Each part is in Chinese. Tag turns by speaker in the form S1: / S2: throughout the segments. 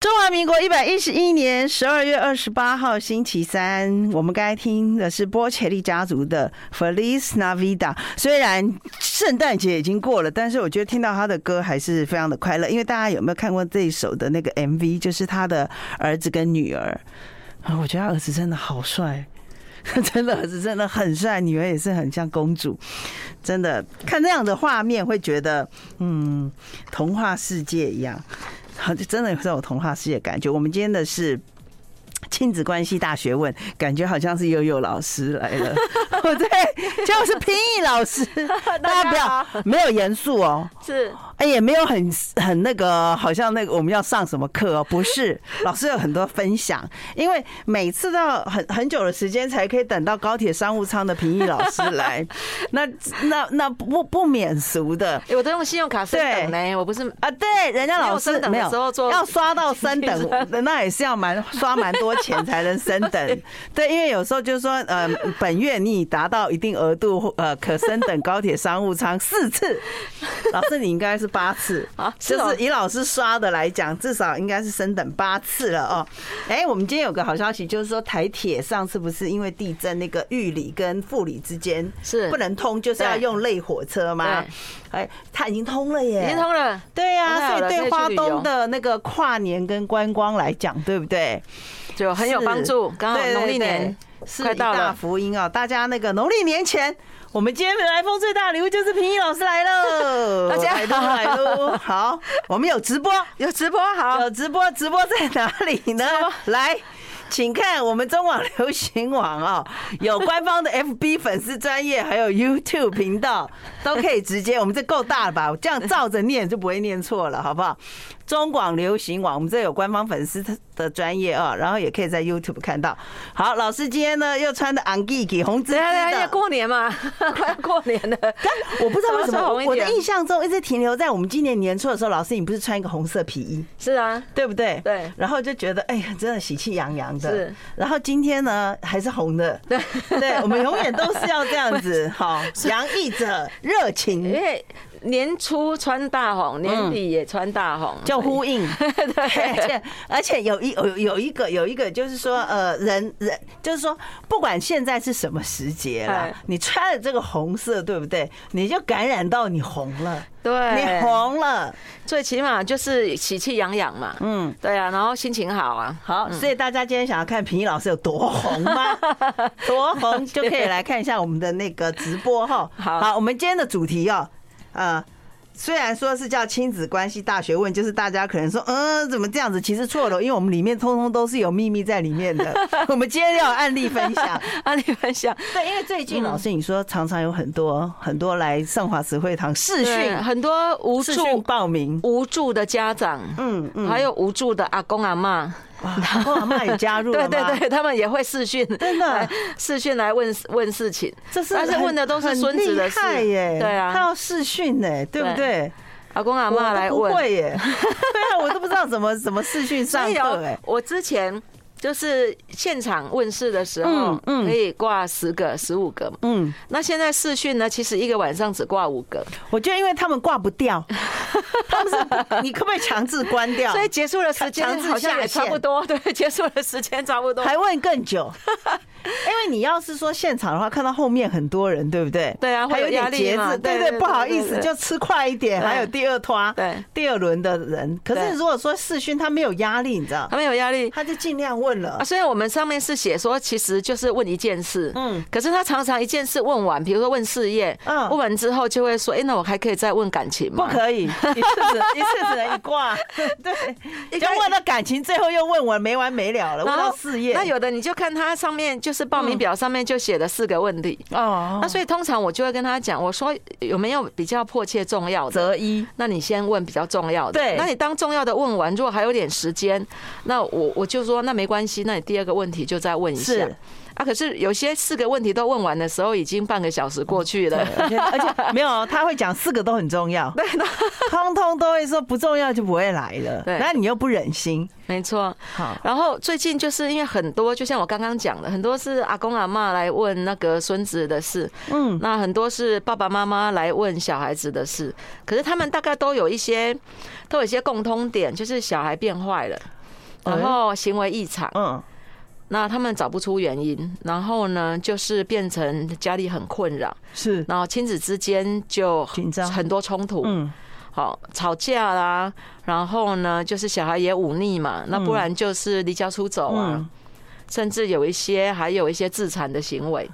S1: 中华民国一百一十一年十二月二十八号星期三，我们该听的是波切利家族的《Feliz Navidad》。虽然圣诞节已经过了，但是我觉得听到他的歌还是非常的快乐。因为大家有没有看过这一首的那个 MV？就是他的儿子跟女儿啊，我觉得他儿子真的好帅。 真的儿子真的很帅，女儿也是很像公主，真的看那样的画面会觉得，嗯，童话世界一样，好，就真的有这种童话世界的感觉。我们今天的是。亲子关系大学问，感觉好像是悠悠老师来了， 哦对，就是平易老 师，大家不要没有严肃哦，
S2: 是
S1: 哎也没有很很那个，好像那个我们要上什么课哦，不是，老师有很多分享，因为每次到很很久的时间才可以等到高铁商务舱的平易老师来， 那那那不不免俗的。
S2: 哎我都用信用卡升等呢，我不是
S1: 啊，对，人家老
S2: 没
S1: 师
S2: 有升等
S1: 没
S2: 的
S1: 有
S2: 时候做
S1: 要刷到三 等，那也是要蛮 刷蛮多钱才能升 等。对，因为有时候就是说，呃，本月你达到一定额度，呃，可升等高铁商务舱四次，老师你应该是八次
S2: 啊是
S1: 就
S2: 哦
S1: 是以老师刷的来讲，至少应该是升等八次了哦。哎，我们今天有个好消息，就是说台铁上次不是因为地震，那个玉里跟富里之间
S2: 是
S1: 不能通，就是要
S2: 对
S1: 用类火车吗
S2: 对？
S1: 哎，它已经通了耶，
S2: 已经通了，
S1: 对
S2: 哦太
S1: 呀、所
S2: 好
S1: 以
S2: 了可以
S1: 对
S2: 去
S1: 花
S2: 旅
S1: 东
S2: 游
S1: 的那个跨年跟观光来讲，对不对？
S2: 就很有
S1: 是
S2: 帮助。刚好
S1: 对
S2: 农
S1: 对对
S2: 历年
S1: 是
S2: 快
S1: 一
S2: 到
S1: 大
S2: 了
S1: 福音哦！大家那个农历年前，我们今天来风最大的礼物就是平一老师来喽，
S2: 大家
S1: 来都来 喽。好，我们有直播，
S2: 有直播好，
S1: 有直播，直播在哪里呢？来。请看我们中网流行网哦，有官方 的 FB 粉丝专业，还有 YouTube 频道，都可以直接。我们这够大了吧？我这样照着念就不会念错了，好不好？中广流行网，我们这有官方粉丝的专业哦，然后也可以在 YouTube 看到。好，老师今天呢又穿的昂 g 给红紫
S2: 等一下等一下，啊要
S1: 的，
S2: 过年嘛， 快要过年了，
S1: 我不知道为 什
S2: 稍微
S1: 么
S2: 红一
S1: 我的
S2: 点
S1: 印象中一直停留在我们今年年初的时候，老师你不是穿一个红色皮衣？
S2: 是啊，
S1: 对不对？
S2: 对
S1: 然后就觉得哎呀，真的喜气洋洋的。
S2: 是。
S1: 然后今天呢，还是红的。 对，对，我们永远都是要这样子，好，洋溢着热
S2: 因
S1: 情，
S2: 为年初穿大红，年底也穿大红，
S1: 嗯就呼应。对， 而且而且有一有有一个有一个就是说，呃，人人就是说，不管现在是什么时节啦
S2: 哎，
S1: 你穿了这个红色，对不对？你就感染到你红了，你
S2: 对，
S1: 红了。
S2: 最起码就是喜气洋洋嘛，嗯，对啊，然后心情好啊，
S1: 好，所以大家今天想要看平易老师有多红 吗？多红就可以来看一下我们的那个直播哈。
S2: 好
S1: 我们今天的主题哦，呃。虽然说是叫亲子关系大学问，就是大家可能说，嗯，怎么这样子？其实错了，因为我们里面通通都是有秘密在里面 的。我们今天要有案例分享，
S2: 啊，你分享，
S1: 对，因为最近老师你说常常有很多很多来上华慈会堂视
S2: 对
S1: 讯
S2: 很多无
S1: 视讯
S2: 助
S1: 报名，
S2: 无助的家长，
S1: 嗯嗯，
S2: 还有无助的阿公阿妈，
S1: 哇，我阿妈也加入了
S2: 对
S1: 吗？
S2: 对对，他们也会视讯，
S1: 真的
S2: 来视讯来问问事情。
S1: 这是
S2: 但是
S1: 很
S2: 问的都是孙子的事
S1: 很厉害耶，
S2: 对啊
S1: 他要试训呢，对不
S2: 对
S1: 对？
S2: 阿公阿
S1: 我
S2: 妈
S1: 都
S2: 来
S1: 不
S2: 问，
S1: 会 耶，对啊，我都不知道怎么怎么试训
S2: 所
S1: 上
S2: 以
S1: 课
S2: 哦
S1: 哎，，
S2: 我之前就是现场问事的时候
S1: 嗯，嗯
S2: 可以挂十个、十五个嘛。
S1: 嗯，
S2: 那现在视讯呢，其实一个晚上只挂五个，
S1: 我觉得因为他们挂不掉， 他们是你可不可以强制关掉？
S2: 所以结束的时间
S1: 强制
S2: 好像
S1: 下
S2: 也差
S1: 线
S2: 不多， 对，结束的时间差不多。
S1: 还问更久， 因为你要是说现场的话，看到后面很多人，对不对？
S2: 对啊
S1: 还
S2: 会
S1: 有
S2: 有
S1: 点
S2: 压力
S1: 节
S2: 嘛
S1: 制，
S2: 对
S1: 对对，
S2: 对对
S1: 不好
S2: 对
S1: 意思，
S2: 对
S1: 就吃快一点。
S2: 对
S1: 还有第二拖，
S2: 对
S1: 第二轮的人，可是
S2: 对
S1: 如果说试训，他没有压力，你知道
S2: 他，们有压力，
S1: 他就尽量问了
S2: 啊，。虽然我们上面是写说，其实就是问一件事，
S1: 嗯
S2: 嗯，可是他常常一件事问完，比如说问事业，
S1: 嗯
S2: 嗯，问完之后就会说，哎、那我还可以再问感情
S1: 不
S2: 吗？
S1: 可以，一次只 一次只能一挂， 对，就问了感情，最后又问我没完没了了，问
S2: 然后
S1: 到事业。
S2: 那有的你就看他上面就是报名表上面就写了四个问题，
S1: 哦
S2: 那所以通常我就会跟他讲，我说有没有比较迫切重要的？
S1: 择一，
S2: 那你先问比较重要的，
S1: 对
S2: 那你当重要的问完，如果还有点时间，那我我就说那没关系，那你第二个问题就再问一下
S1: 是。
S2: 啊，可是有些四个问题都问完的时候，已经半个小时过去了。
S1: 而且而且没有，他会讲四个都很重 要，对， 通通都会说不重要就不会来了，
S2: 对
S1: 那你又不忍心，
S2: 没错，
S1: 好
S2: 然后最近就是因为很多，就像我刚刚讲的，很多是阿公阿妈来问那个孙子的事，
S1: 嗯
S2: 嗯，那很多是爸爸妈妈来问小孩子的事。可是他们大概都有一些，都有一些共通点，就是小孩变坏了，
S1: 哎
S2: 然后行为异常，
S1: 嗯，
S2: 那他们找不出原因，然后呢，就是变成家里很困扰，
S1: 是，
S2: 然后亲子之间就
S1: 紧张
S2: 很多冲突，
S1: 嗯，
S2: 好吵架啦，然后呢，就是小孩也忤逆嘛，那不然就是离家出走啊，
S1: 嗯
S2: 甚至有一些还有一些自残的行为。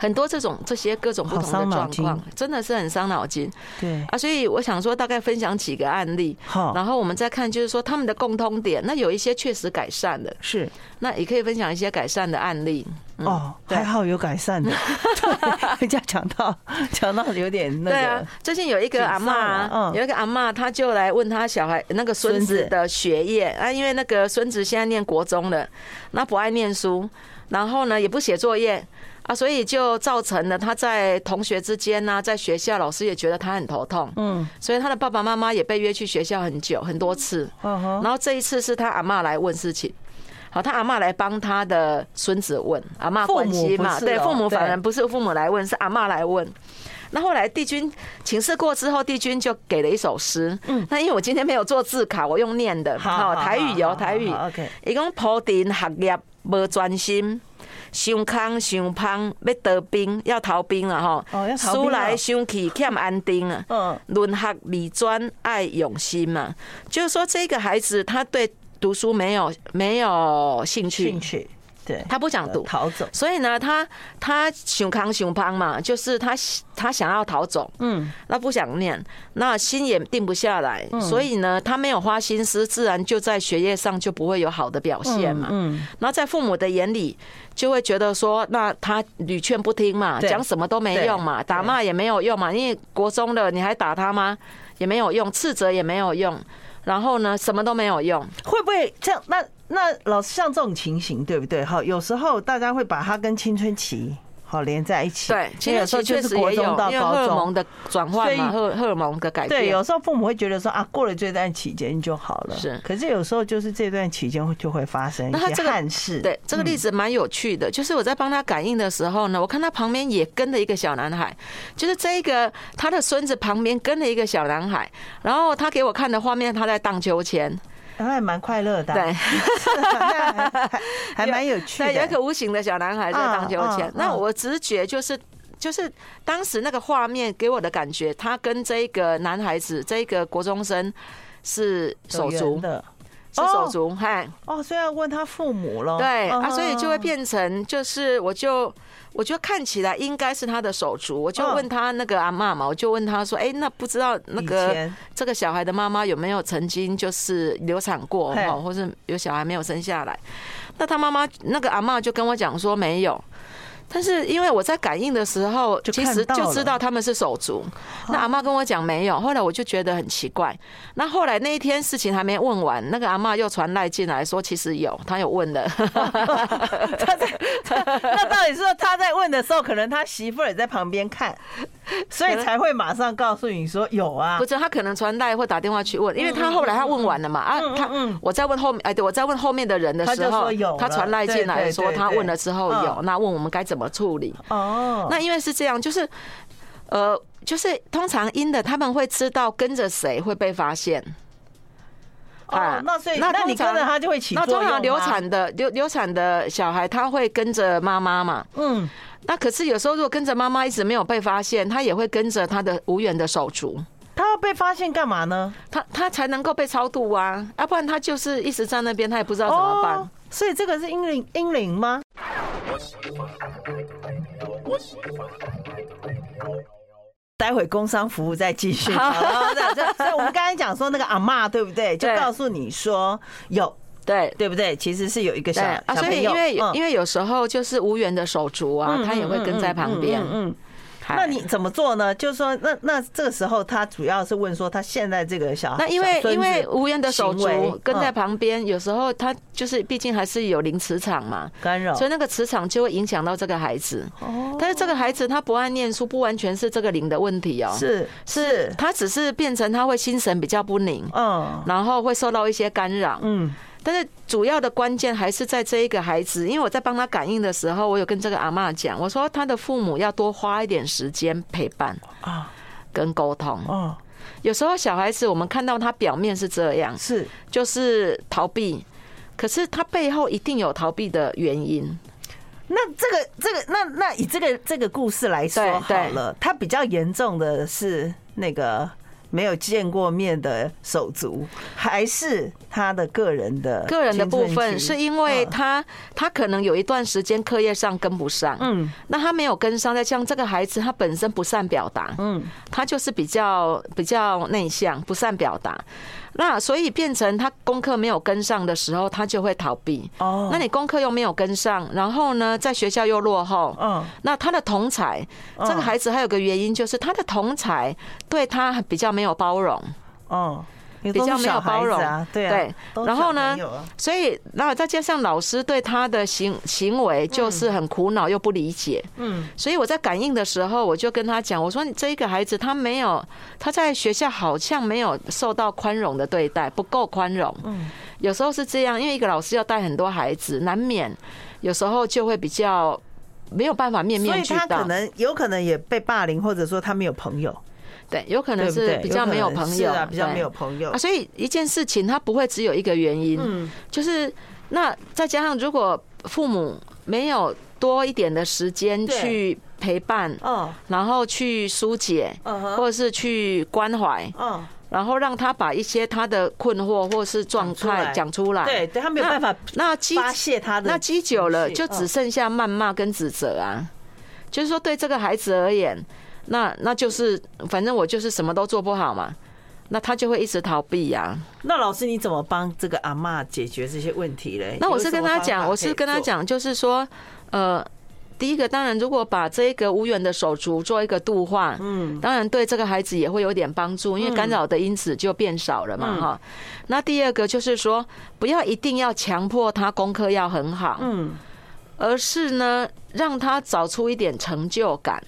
S2: 很多这种这些各种不同
S1: 好伤
S2: 的
S1: 脑
S2: 状
S1: 筋
S2: 况，真的是很伤脑筋
S1: 对，
S2: 啊！所以我想说，大概分享几个案例，
S1: 好，
S2: 然后我们再看，就是说他们的共通点，那有一些确实改善了，
S1: 是
S2: 那也可以分享一些改善的案例。嗯
S1: 哦，
S2: 对
S1: 还好有改善 的，对，人家讲到讲到有点那
S2: 对啊
S1: 个，，
S2: 最近有一个阿
S1: 沮丧啊
S2: 妈
S1: 嗯，
S2: 有一个阿妈，她就来问她小孩那个孙
S1: 孙
S2: 子
S1: 子
S2: 的学业啊，因为那个孙子现在念国中了，那不爱念书，然后呢也不写作业啊，所以就造成了他在同学之间呢、在学校老师也觉得他很头痛，
S1: 嗯，
S2: 所以他的爸爸妈妈也被约去学校很久很多次，
S1: 嗯哼，
S2: 然后这一次是他阿嬷来问事情。好，他阿嬷来帮他的孙子问阿嬷
S1: 父母
S2: 关系嘛，
S1: 不是
S2: 对，
S1: 哦
S2: 父母反
S1: 对
S2: 而不是父母来问，是阿嬷来问。那后来帝君请示过之后，帝君就给了一首诗。嗯，那因为我今天没有做自考，我用念的。哦
S1: 好，
S2: 台语有台语。
S1: ，OK，
S2: 伊讲铺陈学业无专心，伤空伤芳，要逃兵，要逃兵啊吼！
S1: 哦要逃兵了
S2: 思来想去欠安定啊。
S1: 嗯，
S2: 论学理专爱用心嘛，就是说这个孩子他对读书没有没有兴趣，呃
S1: 进去，对，
S2: 他不想读。
S1: 逃走，
S2: 所以呢，他他想康想胖嘛，就是他他想要逃走，
S1: 嗯，
S2: 那不想念，那心也定不下来，所以呢，他没有花心思，自然就在学业上就不会有好的表现嘛。
S1: 嗯，
S2: 那在父母的眼里，就会觉得说，那他屡劝不听嘛，
S1: 对
S2: 讲什么都没用嘛，打骂也没有用嘛，因为国中的你还打他吗？也没有用，斥责也没有用，然后呢，什么都没有用。
S1: 会不会这样？那那老师像这种情形，对不对？好，有时候大家会把它跟青春期好连在一起，
S2: 对，
S1: 因
S2: 其
S1: 为
S2: 实
S1: 有时候就
S2: 确
S1: 是
S2: 实也
S1: 国
S2: 有，
S1: 中到
S2: 因为荷
S1: 高
S2: 尔
S1: 中
S2: 蒙。的转换嘛，
S1: 所
S2: 荷荷尔蒙的改变。
S1: 对，有时候父母会觉得说啊，过了这段期间就好了。
S2: 是
S1: 可是有时候就是这段期间会就会发生
S2: 那
S1: 一
S2: 他
S1: 些
S2: 这个
S1: 憾事。
S2: 对，这个例子蛮有趣的，就是我在帮他感应的时候呢，我看他旁边也跟着一个小男孩，就是这一个他的孙子旁边跟着一个小男孩，然后他给我看的画面，他在荡秋千，
S1: 他嗯还蛮快乐的啊，
S2: 对，
S1: 是啊，那 还还还蛮有 趣
S2: 对，有一
S1: 的。
S2: 个无形的小男孩在荡秋
S1: 嗯
S2: 千
S1: 嗯，
S2: 那
S1: 嗯
S2: 我直觉就是。就是当时那个画面给我的感觉，他跟这个男孩子，这个国中生是手
S1: 有
S2: 足
S1: 缘，的
S2: 是手足，嗨、
S1: 哦，所以要问他父母咯。
S2: 对
S1: 嗯
S2: 啊，所以就会
S1: 嗯
S2: 变成就是，我就我就看起来应该是他的手足，我就
S1: 嗯
S2: 问他那个阿嬷嘛，我就问他说，哎，那不知道那
S1: 以
S2: 个
S1: 前
S2: 这个小孩的妈妈有没有曾经就是流产过
S1: 嘿
S2: 哈，或是有小孩没有生下来？那他妈妈那个阿嬷就跟我讲说没有。但是因为我在感应的时候，
S1: 就
S2: 其
S1: 看
S2: 实
S1: 到
S2: 就知
S1: 了啊
S2: 道他们是手足。那阿嬷跟我讲没有，后来我就觉得很奇怪。那后来那一天事情还没问完，那个阿嬷又传赖进来说，其实有，她有问 了。
S1: 他在那到底是说他在问的时候，可能他媳妇儿也在旁边看，所以才会马上告诉你说有啊
S2: 不，是，他可能传赖或打电话去问，因为他后来他问完了嘛，啊
S1: 嗯，
S2: 他
S1: 嗯
S2: 我在问后面，哎，对我在问后面的人的
S1: 他就
S2: 时候
S1: 说有，
S2: 他传
S1: 了
S2: 赖
S1: 对
S2: 进来
S1: 对
S2: 说
S1: 对
S2: 他
S1: 对
S2: 问了之后
S1: 嗯
S2: 有，那问我们该怎么处理？
S1: 哦，
S2: 那因为是这样，就是呃，就是通常阴的他们会知道跟着谁会被发现。
S1: 哦，那所以
S2: 那
S1: 那你
S2: 通
S1: 跟
S2: 常
S1: 着他就会起
S2: 那
S1: 作
S2: 通
S1: 用
S2: 常
S1: 吗
S2: 流，产的流流产的小孩，他会跟着妈妈嘛？
S1: 嗯，
S2: 那可是有时候如果跟着妈妈一直没有被发现，他也会跟着他的无缘的手足，
S1: 他要被发现干嘛呢？
S2: 他他才能够被超度啊，要、不然他就是一直在那边，他也不知道怎么办。
S1: 哦？所以这个是阴灵阴灵吗？待会工商服务再继续。好，那这所以我们刚才讲说那个阿嬷对不对？就
S2: 对
S1: 告诉你说有，
S2: 对。
S1: 对不对？其实是有一个小
S2: 对啊，
S1: 小
S2: 所
S1: 朋
S2: 以
S1: 友
S2: 因为
S1: 嗯
S2: 因为有时候就是无缘的手足啊，他也会跟在旁边哎
S1: 嗯。嗯嗯嗯嗯
S2: 嗨
S1: 那你怎么做呢？就是说，那那这个时候，他主要是问说，他现在这个小
S2: 那因为
S1: 小孙子
S2: 因为无缘的手
S1: 行为
S2: 足跟在
S1: 嗯
S2: 旁边，有时候他就是毕竟还是有零磁场嘛，
S1: 干扰
S2: 所以那个磁场就会影响到这个孩子。
S1: 哦，
S2: 但是这个孩子他不爱念书，不完全是这个灵的问题哦，
S1: 是是
S2: 他只是变成他会心神比较不宁，
S1: 嗯
S2: 然后会受到一些干扰。
S1: 嗯
S2: 但是主要的关键还是在这一个孩子，因为我在帮他感应的时候，我有跟这个阿嬷讲，我说他的父母要多花一点时间陪伴
S1: 啊
S2: 跟沟通。
S1: 哦
S2: 有时候小孩子我们看到他表面是这样，
S3: 是
S2: 就是逃避，可是他背后一定有逃避的原因。
S1: 那这个这个那那以这个这个故事来说
S2: 对对
S1: 好了，它比较严重的是那个没有见过面的手足，还是他的个人的
S2: 个人的部
S1: 青春
S2: 分
S1: 呃期
S2: 是因为
S1: 嗯
S2: 他他可能有一段时间课业上跟不上，
S1: 嗯
S2: 那他没有跟上，再像这个孩子他本身不善表达，
S1: 嗯
S2: 他就是比较比较内向，不善表达。那所以变成他功课没有跟上的时候，他就会逃避。
S1: 哦，
S2: 那你功课又没有跟上，然后呢，在学校又落后，
S1: 嗯
S2: 那他的同才，
S1: 哦
S2: 这个孩子还有个原因就是他的同才对他比较没有包容，
S1: 嗯比
S2: 比较没有包容
S1: 啊，对啊
S2: 对，
S1: 都
S2: 然后
S1: 小
S2: 呢
S1: 朋友啊
S2: 所以然后再加上老师对他的行行为就是很苦恼又不理解，
S1: 嗯
S2: 所以我在感应的时候，我就跟他讲，我说你这个孩子他没有，他在学校好像没有受到宽容的对待，不够宽容。
S1: 嗯
S2: 有时候是这样，因为一个老师要带很多孩子，难免有时候就会比较没有办法面
S1: 所
S2: 面
S1: 以
S2: 俱
S1: 他可
S2: 到。
S1: 能有可能也被霸凌，或者说他没有朋友，
S2: 对，有
S1: 对
S2: 可能
S1: 不
S2: 是
S1: 对？
S2: 比较没有
S1: 可能
S2: 朋
S1: 是
S2: 友，
S1: 啊，比较
S2: 对
S1: 没有朋友
S2: 啊，。所以一件事情它不会只有一个原因，
S1: 嗯
S2: 就是那再加上如果父母没有多一点的时间
S1: 对
S2: 去陪伴，
S1: 哦
S2: 然后去疏解，
S1: 嗯哼
S2: 或者是去关怀，
S1: 嗯，
S2: 然后让他把一些他的困惑或是状态
S1: 讲
S2: 讲出来。
S1: 对，对，他没有
S2: 啊那
S1: 办法
S2: 那积
S1: 发泄他的
S2: 那积久了，
S1: 情绪
S2: 就只
S1: 嗯
S2: 剩下谩骂跟指责啊。就是说，对这个孩子而言，那那就是反正我就是什么都做不好嘛，那他就会一直逃避啊呀、
S1: 那老师，你怎么帮这个阿嬷解决这些问题嘞？
S2: 那我是跟他
S1: 有什么方
S2: 讲，
S1: 法
S2: 我是跟他讲，就是说，呃，第一个当然，如果把这个无缘的手足做一个度化，嗯，当然对这个孩子也会有点帮助，因为
S1: 嗯
S2: 干扰的因子就变少了嘛，哈。那第二个就是说，不要一定要强迫他功课要很好，
S1: 可以做，嗯，
S2: 而是呢，让他找出一点成就感。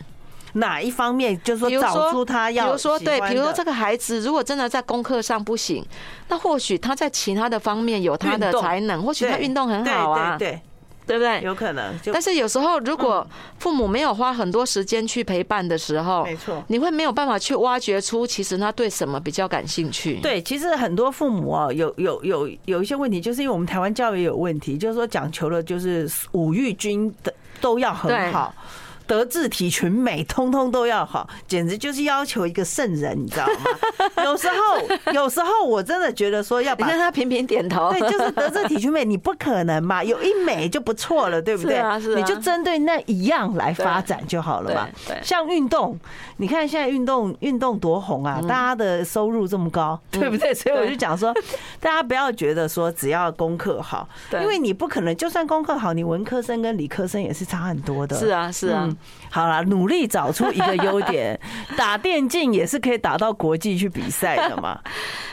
S1: 哪一方面，就是
S2: 比
S1: 说
S2: 如
S1: 找
S2: 说
S1: 出他
S2: 比
S1: 要
S2: 如说，对
S1: 喜，欢
S2: 比如说
S1: 的
S2: 这个孩子如果真的在功课上不行，那或许他在其他的方面有他
S1: 运
S2: 的
S1: 动
S2: 才能，或许他
S1: 对
S2: 运动很
S1: 对
S2: 好啊，
S1: 对
S2: 对不对
S1: 对，？有可能就
S2: 但是有时候，如果
S1: 嗯
S2: 父母没有花很多时间去陪伴的时候，
S1: 没错。
S2: 你会没有办法去挖掘出其实他对什么比较感兴趣。，
S1: 对，其实很多父母哦，有有有有一些问题，就是因为我们台湾教育有问题，就是说讲求的就是五育均的都要很
S2: 对
S1: 好，德智体群美通通都要好，简直就是要求一个圣人，你知道 吗？有时候有时候我真的觉得说要
S2: 你
S1: 把
S2: 看他频频点头。
S1: 对，就是德智体群美，你不可能嘛，有一美就不错了，对不对？
S2: 是啊是啊
S1: 你就针对那一样来发展就好了嘛
S2: 对。对
S1: 像运动，你看现在运动运动多红啊，
S2: 嗯
S1: 大家的收入这么高，对不对？所以我就讲 说，大家不要觉得说只要功课好，
S2: 对
S1: 因为你不可能，就算功课好，你文科生跟理科生也是差很多的。
S2: 是啊，是啊
S1: 嗯，，好啦，努力找出一个优点， 打电竞也是可以打到国际去比赛的嘛。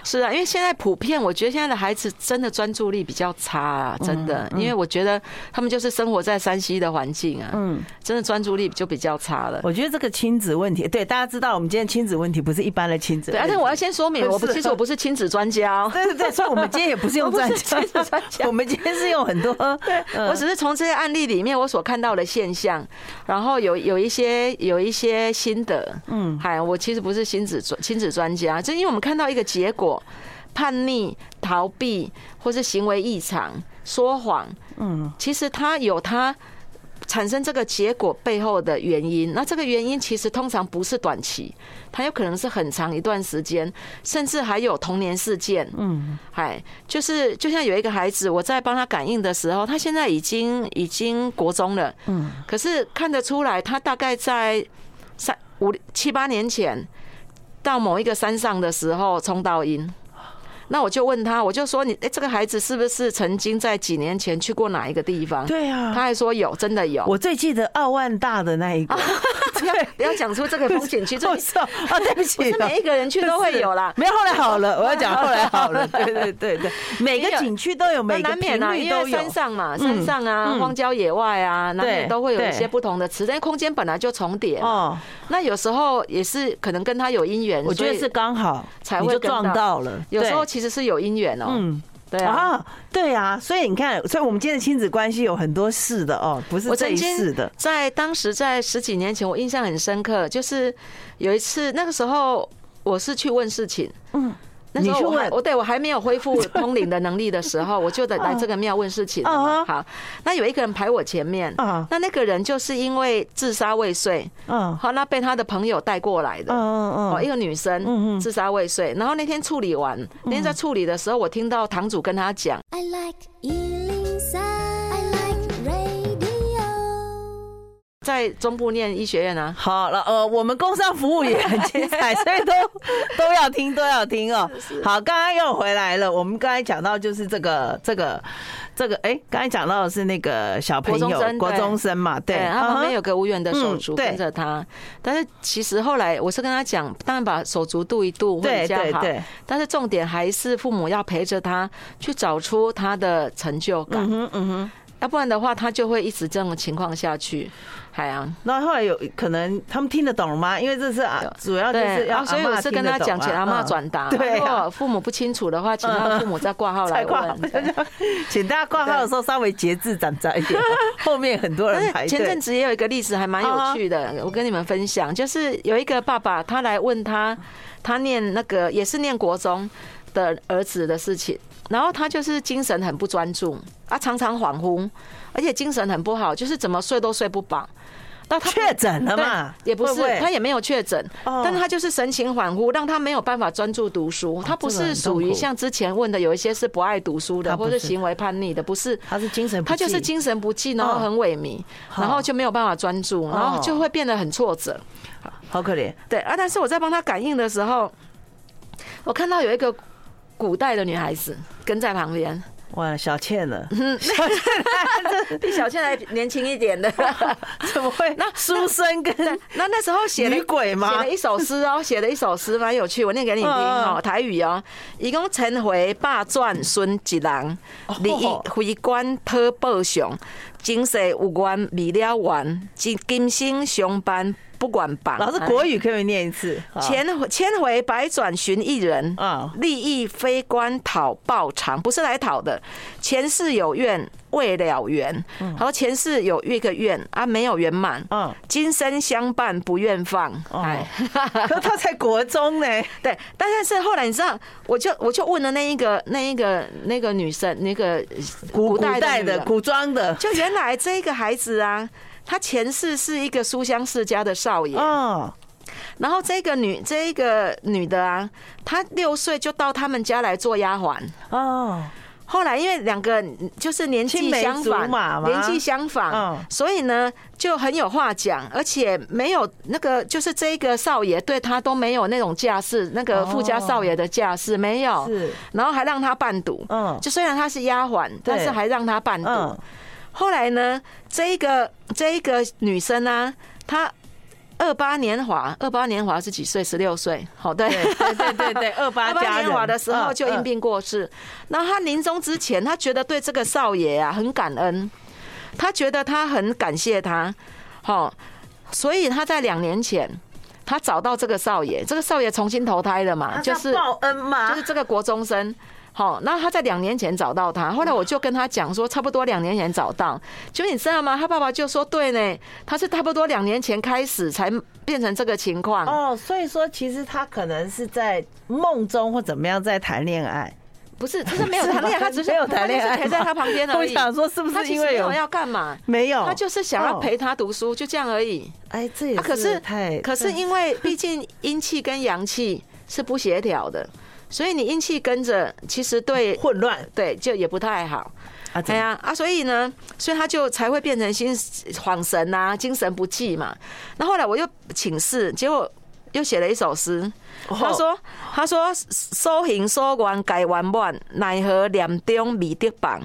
S2: 是啊，因为现在普遍，我觉得现在的孩子真的专注力比较差啊，
S1: 嗯
S2: 真的，因为我觉得他们就是生活在山西的环境啊，
S1: 嗯，
S2: 真的专注力就比较差 了。
S1: 我觉得这个亲子问题，对大家知道，我们今天亲子问题不是一般的亲子
S2: 对，
S1: 问
S2: 而
S1: 题，
S2: 且我要先说明，我
S1: 不
S2: 不
S1: 是
S2: 其实我不是亲子专家哦，
S1: 对对对，所以我们今天也不是用专
S2: 我不是亲子专
S1: 家，
S2: 家
S1: 我们今天是用很多，嗯
S2: 我只是从这些案例里面我所看到的现象，然后有有一些有一些心得。
S1: 嗯，
S2: 嗨，我其实不是亲子专亲子专家，就因为我们看到一个结果，叛逆、逃避或是行为异常、说谎，
S1: 嗯，
S2: 其实他有他。产生这个结果背后的原因，那这个原因其实通常不是短期，它有可能是很长一段时间，甚至还有童年事件。
S1: 嗯，
S2: 嗨，就是就像有一个孩子，我在帮他感应的时候，他现在已经已经国中了，
S1: 嗯，
S2: 可是看得出来，他大概在三五七八年前到某一个山上的时候冲到阴。那我就问他，我就说你，哎、这个孩子是不是曾经在几年前去过哪一个地方？
S1: 对啊
S2: 他，还说有，真的有。
S1: 我最记得奥万大的那一 个，
S2: 不要不要讲出这个风景区，这
S1: 我操啊，对不起
S2: 不是，每一个人去都会有啦
S1: 是。没有后来好了，我要讲后来好 了，对对对对，每个景区都有，
S2: 那
S1: 每个
S2: 难
S1: 频
S2: 免啊，
S1: 率
S2: 因
S1: 都
S2: 为
S1: 有
S2: 山，上嘛，山上啊，
S1: 嗯
S2: 荒郊野外啊，难免
S1: 对
S2: 都会有一
S1: 对
S2: 些不同的词，但是空间本来就重叠。
S1: 哦，
S2: 那有时候也是可能跟他有姻缘，
S1: 我觉
S2: 所
S1: 得
S2: 以
S1: 是刚好
S2: 才
S1: 你
S2: 会
S1: 就
S2: 跟
S1: 撞
S2: 到
S1: 到了，
S2: 有时候
S1: 对
S2: 其实是有姻缘哦。
S1: 嗯。
S2: 对啊，
S1: 啊，对啊，所以你看，所以我们今天的亲子关系有很多事的哦，不是
S2: 我
S1: 这一
S2: 曾经
S1: 世的，
S2: 在当时在十几年前，我印象很深刻，就是有一次那个时候。我是去问事情。
S1: 嗯，
S2: 那时
S1: 你去
S2: 候我还
S1: 问
S2: 我对我还没有恢复通灵的能力的时候，我就得来
S1: 嗯
S2: 这个庙问事情了
S1: 啊
S2: 嘛。
S1: 啊
S2: 好，那有一个人排我前面，
S1: 啊
S2: 那那个人就是因为自杀未遂，
S1: 嗯
S2: 好，那被他的朋友带过来的。
S1: 嗯
S2: 哦，
S1: 嗯
S2: 一个女生自杀未遂，然后那天处理完，那天在处理的时候，我听到堂主跟他讲，
S4: I like Ealing Sound. I like radio.
S2: 在中部念医学院啊，
S1: 好了，呃，我们工商服务也很精彩，所 以都都要听，都要听哦。好，刚刚又回来了，我们刚才讲到就是这个这个这个，哎，刚才讲到的是那个小朋
S2: 国中
S1: 友
S2: 生
S1: 国
S2: 对
S1: 中生嘛，对，
S2: 哎
S1: 啊
S2: 他旁边有个无缘的手
S1: 嗯
S2: 足
S1: 对
S2: 跟着他，但是其实后来我是跟他讲，当然把手足度一度会
S1: 对
S2: 比较
S1: 对
S2: 好，
S1: 对，
S2: 但是重点还是父母要陪着他去找出他的成就感，
S1: 嗯哼嗯哼。
S2: 要不然的话他就会一直这种情况下去。哎海洋，
S1: 然后后来有可能他们听得懂吗？因为这是啊，主要就是
S2: 对，
S1: 要
S2: 啊
S1: 阿嬷
S2: 所以我是跟他讲，请
S1: 听得
S2: 阿
S1: 懂啊
S2: 妈转达。
S1: 嗯对
S2: 如
S1: 啊
S2: 果父母不清楚的话，请他父母再挂号
S1: 嗯才
S2: 来
S1: 挂号
S2: 问。对，
S1: 请大家挂号的时候稍微节制长长一 点，后面很多
S2: 但
S1: 人排
S2: 是
S1: 队。
S2: 前阵子也有一个例子还蛮有趣的，我跟你们分享，就是有一个爸爸他来问他，他念那个也是念国中的儿子的事情，然后他就是精神很不专注啊，常常恍惚，而且精神很不好，就是怎么睡都睡不饱。那他
S1: 确诊了嘛，
S2: 对也不是，
S1: 会会
S2: 他也没有确诊，
S1: 哦
S2: 但是他就是神情恍惚，让他没有办法专注读书。他不
S1: 哦这个很
S2: 是
S1: 痛
S2: 属于
S1: 苦
S2: 像之前问的有一些是不爱读书的，
S1: 他不
S2: 或者
S1: 是
S2: 行为叛逆的，不嗯是，
S1: 他是精神不
S2: 他就是
S1: 济
S2: 精神不济，然后很萎靡，然后就没有办法专注，然后就会变得很挫折。
S1: 好可怜，
S2: 嗯对啊，但是我在帮他感应的时候，我看到有一个古代的女孩子跟在旁边，
S1: 哇，小倩了，
S2: 嗯比小倩还年轻一 点的。
S1: 怎么会？那书生跟
S2: 那那时候写了
S1: 女鬼吗
S2: 写了一首诗哦，写了一首诗，蛮有趣，我念给你听
S1: 嗯
S2: 哦，台语哦。一共陈回霸转孙一人，
S1: 哦
S2: 利益回官讨报偿，今世有缘未了缘，今今生相伴不管 榜。哎
S1: 老师国语可不可以念一次？好
S2: 千回千回百转寻一人
S1: 啊
S2: 利益非官讨报偿，不是来讨的。前世有怨未了缘，然后前世有一个愿啊，没有圆满，
S1: 嗯
S2: 今生相伴不愿放。
S1: 哦
S2: 哎，
S1: 可他才国中呢，
S2: 对，但但是后来你知道，我就我就问了那一个那一个那个女生，那个
S1: 古
S2: 代
S1: 代
S2: 的女
S1: 的
S2: 人
S1: 古装的，
S2: 就原来这一个孩子啊，他前世是一个书香世家的少爷，
S1: 哦，
S2: 然后这个女这一个女的啊，她六岁就到他们家来做丫鬟。
S1: 哦，
S2: 后来因为两个就是年纪
S1: 青梅
S2: 相
S1: 竹
S2: 仿
S1: 马，嘛
S2: 年纪相
S1: 嗯
S2: 仿，所以呢就很有话讲，而且没有那个就是这一个少爷对他都没有那种架势，那个富家少爷的架势没有，
S1: 哦是，
S2: 然后还让他伴读，
S1: 嗯
S2: 就虽然他是丫鬟，但是还让他伴读
S1: 嗯。，
S2: 后来呢，这一个这一个女生啊，她二八年华，二八年华是几岁？十六岁。好，对。
S1: 对对对对对，二八
S2: 二八
S1: 家
S2: 年
S1: 人
S2: 华的时候就因
S1: 嗯
S2: 病过世。那她临终之前，她觉得对这个少爷啊很感恩，她觉得她很感谢他，好，所以她在两年前。她找到这个少爷，这个少爷重新投胎了嘛，
S1: 嗯
S2: 就
S1: 他
S2: 是
S1: 报恩嘛，
S2: 就是这个国中生。好，那他在两年前找到他，后来我就跟他讲说，差不多两年前找到，就你知道吗？他爸爸就说，对呢，他是差不多两年前开始才变成这个情况，
S1: 哦，所以说其实他可能是在梦中或怎么样在谈恋爱，
S2: 不是，就是 没有谈恋爱，他只是
S1: 没有谈恋爱
S2: 他就是陪在他旁边而
S1: 我
S2: 已。
S1: 想说是不
S2: 他
S1: 是
S2: 其
S1: 因
S2: 实没
S1: 为
S2: 有要干嘛？
S1: 没有，
S2: 他就是想要
S1: 哦
S2: 陪他读书，就这样而已。
S1: 哎，这也
S2: 啊可是
S1: 太
S2: 可是因为毕竟阴气跟阳气是不协调的，所以你阴气跟着，其实对
S1: 混乱
S2: 对就也不太好。
S1: 啊，
S2: 哎呀啊，所以呢，所以他就才会变成心恍神啊，精神不济嘛。那后来我又请示，结果又写了一首诗。他说：“他说所行所愿皆圆满，奈何念中未得放。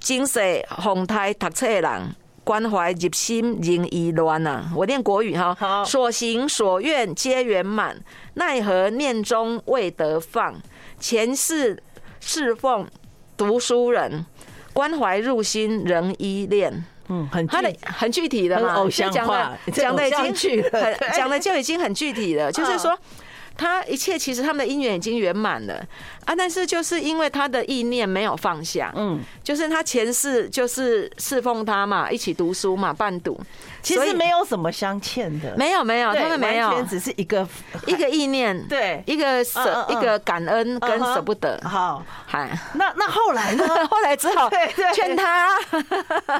S2: 今世奉胎读册人，关怀入心仍意乱啊。”我念国语
S1: 好
S2: 哈，所行所愿皆圆满，奈何念中未得放。前世侍奉读书人，关怀入心仍依恋。
S1: 嗯，很
S2: 他的
S1: 具
S2: 很具体的嘛，
S1: 很偶像
S2: 就讲
S1: 化
S2: 的
S1: 这
S2: 讲的已
S1: 偶像
S2: 经
S1: 剧了
S2: 很
S1: 对嗯
S2: 讲的就已经很具体了，就是说他一切其实他们的姻缘已经圆满了啊，但是就是因为他的意念没有放下，
S1: 嗯，
S2: 就是他前世就是侍奉他嘛，一起读书嘛，伴读，
S1: 其
S2: 所
S1: 实
S2: 以
S1: 没有什么镶嵌的，
S2: 没有没有，
S1: 对，
S2: 他们没有
S1: 完全只是一个
S2: 一个意念，，
S1: 对。
S2: 一个舍
S1: 嗯嗯嗯
S2: 一个感恩跟
S1: 嗯哼
S2: 舍不得，
S1: 好，
S2: 嗨。
S1: 那那后来呢？
S2: 后来只好
S1: 对对
S2: 劝他，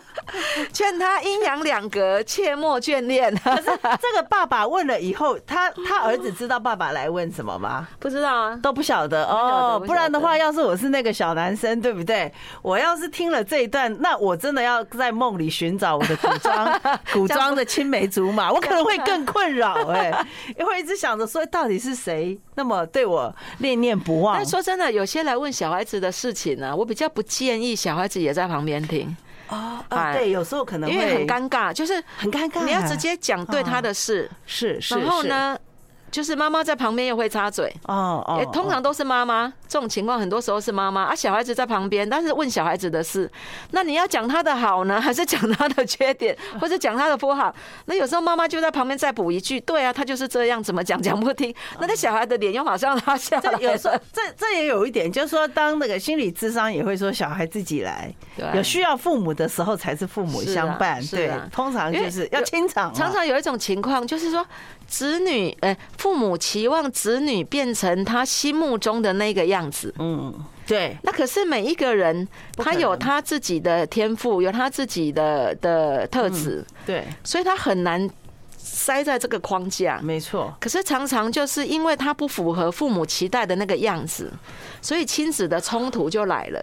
S2: 劝他阴阳两隔，切莫眷恋。
S1: 这个爸爸问了以后，他他儿子知道爸爸来问什么吗？
S2: 不知道啊，
S1: 都不晓得
S2: 晓得
S1: 哦
S2: 不晓，得
S1: 不然的话，要是我是那个小男生，对不对？我要是听了这一段，那我真的要在梦里寻找我的古 装古装的青梅竹马，我可能会更困扰 哎、因为一直想着说到底是谁那么对我念念不忘
S2: 但。说真的，有些来问小孩子的事情呢、我比较不建议小孩子也在旁边听，
S1: 哦，
S2: 哎
S1: 啊对，有时候可能
S2: 因为
S1: 会
S2: 很尴尬，就是
S1: 很尴尬，
S2: 你要直接讲对他的事，
S1: 是是，
S2: 然后
S1: 是？
S2: 呢，就是妈妈在旁边又会插嘴。
S1: 哦哦
S2: 也， 通常都是妈妈，这种情况很多时候是妈妈啊，小孩子在旁边，但是问小孩子的事，那你要讲他的好呢， 还是讲他的 缺点，或者讲他的不好？那有时候妈妈就在旁边再补一句，对啊，他就是这样，怎么讲讲不听，那个小孩的脸又马上拉下来
S1: 这
S2: 了，
S1: 有时候这这也有一点，就是说，当那个心理智商也会说，小孩自己来，
S2: 对啊
S1: 有需要父母的时候才是父母
S2: 是啊
S1: 相伴，
S2: 是
S1: 对
S2: 啊，
S1: 通常就是要清场嘛，
S2: 常常有一种情况，就是说，子女，哎、父母期望子女变成他心目中的那个样子。
S1: 嗯，对，
S2: 那可是每一个人，
S1: 可
S2: 他
S1: 能
S2: 有他自己的天赋，有他自己的的特质，
S1: 对，
S2: 所以他很难塞在这个框架。
S1: 没错，
S2: 可是常常就是因为他不符合父母期待的那个样子，所以亲子的冲突就来了。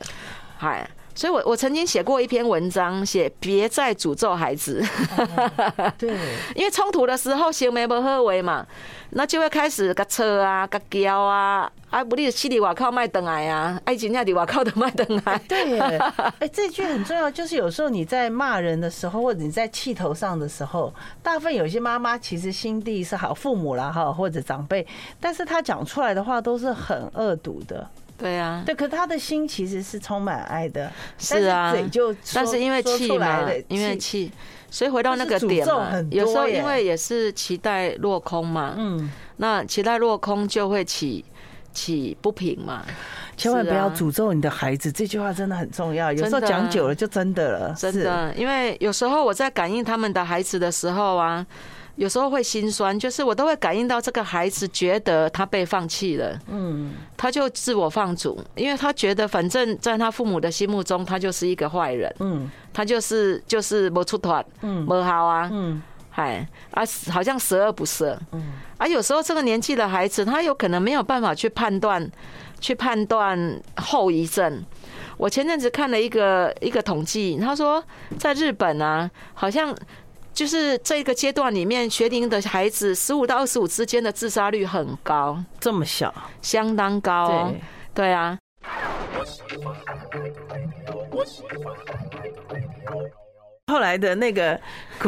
S2: 哎，所以我我曾经写过一篇文章，写别再诅咒孩子。
S1: 哦啊对，
S2: 因为冲突的时候行为不合为嘛，那就会开始割车啊、割胶啊，啊不，你去里外靠卖等来啊，爱情在里外靠的卖等来。
S1: 对耶，哎，这句很重要，就是有时候你在骂人的时候，或者你在气头上的时候，大部分有些妈妈其实心地是好，父母啦哈，或者长辈，但是她讲出来的话都是很恶毒的，
S2: 对啊，
S1: 对，可他的心其实是充满爱的，
S2: 是啊
S1: 但是嘴就说
S2: 但是因为
S1: 说
S2: 气
S1: 出来
S2: 嘛
S1: 的，
S2: 因为气，所以回到那个
S1: 但是诅
S2: 点
S1: 咒
S2: 嘛
S1: 很，多
S2: 有时候
S1: 耶
S2: 因为也是期待落空嘛，
S1: 嗯，
S2: 那期待落空就会起起不平嘛，
S1: 千万
S2: 是
S1: 不要
S2: 啊
S1: 诅咒你的孩子，这句话真的很重要。有时候
S2: 真的啊
S1: 讲久了就真的了，
S2: 真
S1: 是。
S2: 的，因为有时候我在感应他们的孩子的时候啊，有时候会心酸，就是我都会感应到这个孩子觉得他被放弃了，嗯，他就自我放逐，因为他觉得反正在他父母的心目中，他就是一个坏人，
S1: 嗯
S2: 他就是就是没出团，
S1: 嗯
S2: 没好啊，
S1: 嗯，
S2: 哎啊，好像十恶不赦。嗯，啊，有时候这个年纪的孩子，他有可能没有办法去判断，去判断后遗症。我前阵子看了一个一个统计，他说在日本啊，好像就是这个阶段里面，学龄的孩子十五到二十五之间的自杀率很高，
S1: 这么小，
S2: 相当高、哦。
S1: 对，
S2: 对啊。
S1: 后来的那个，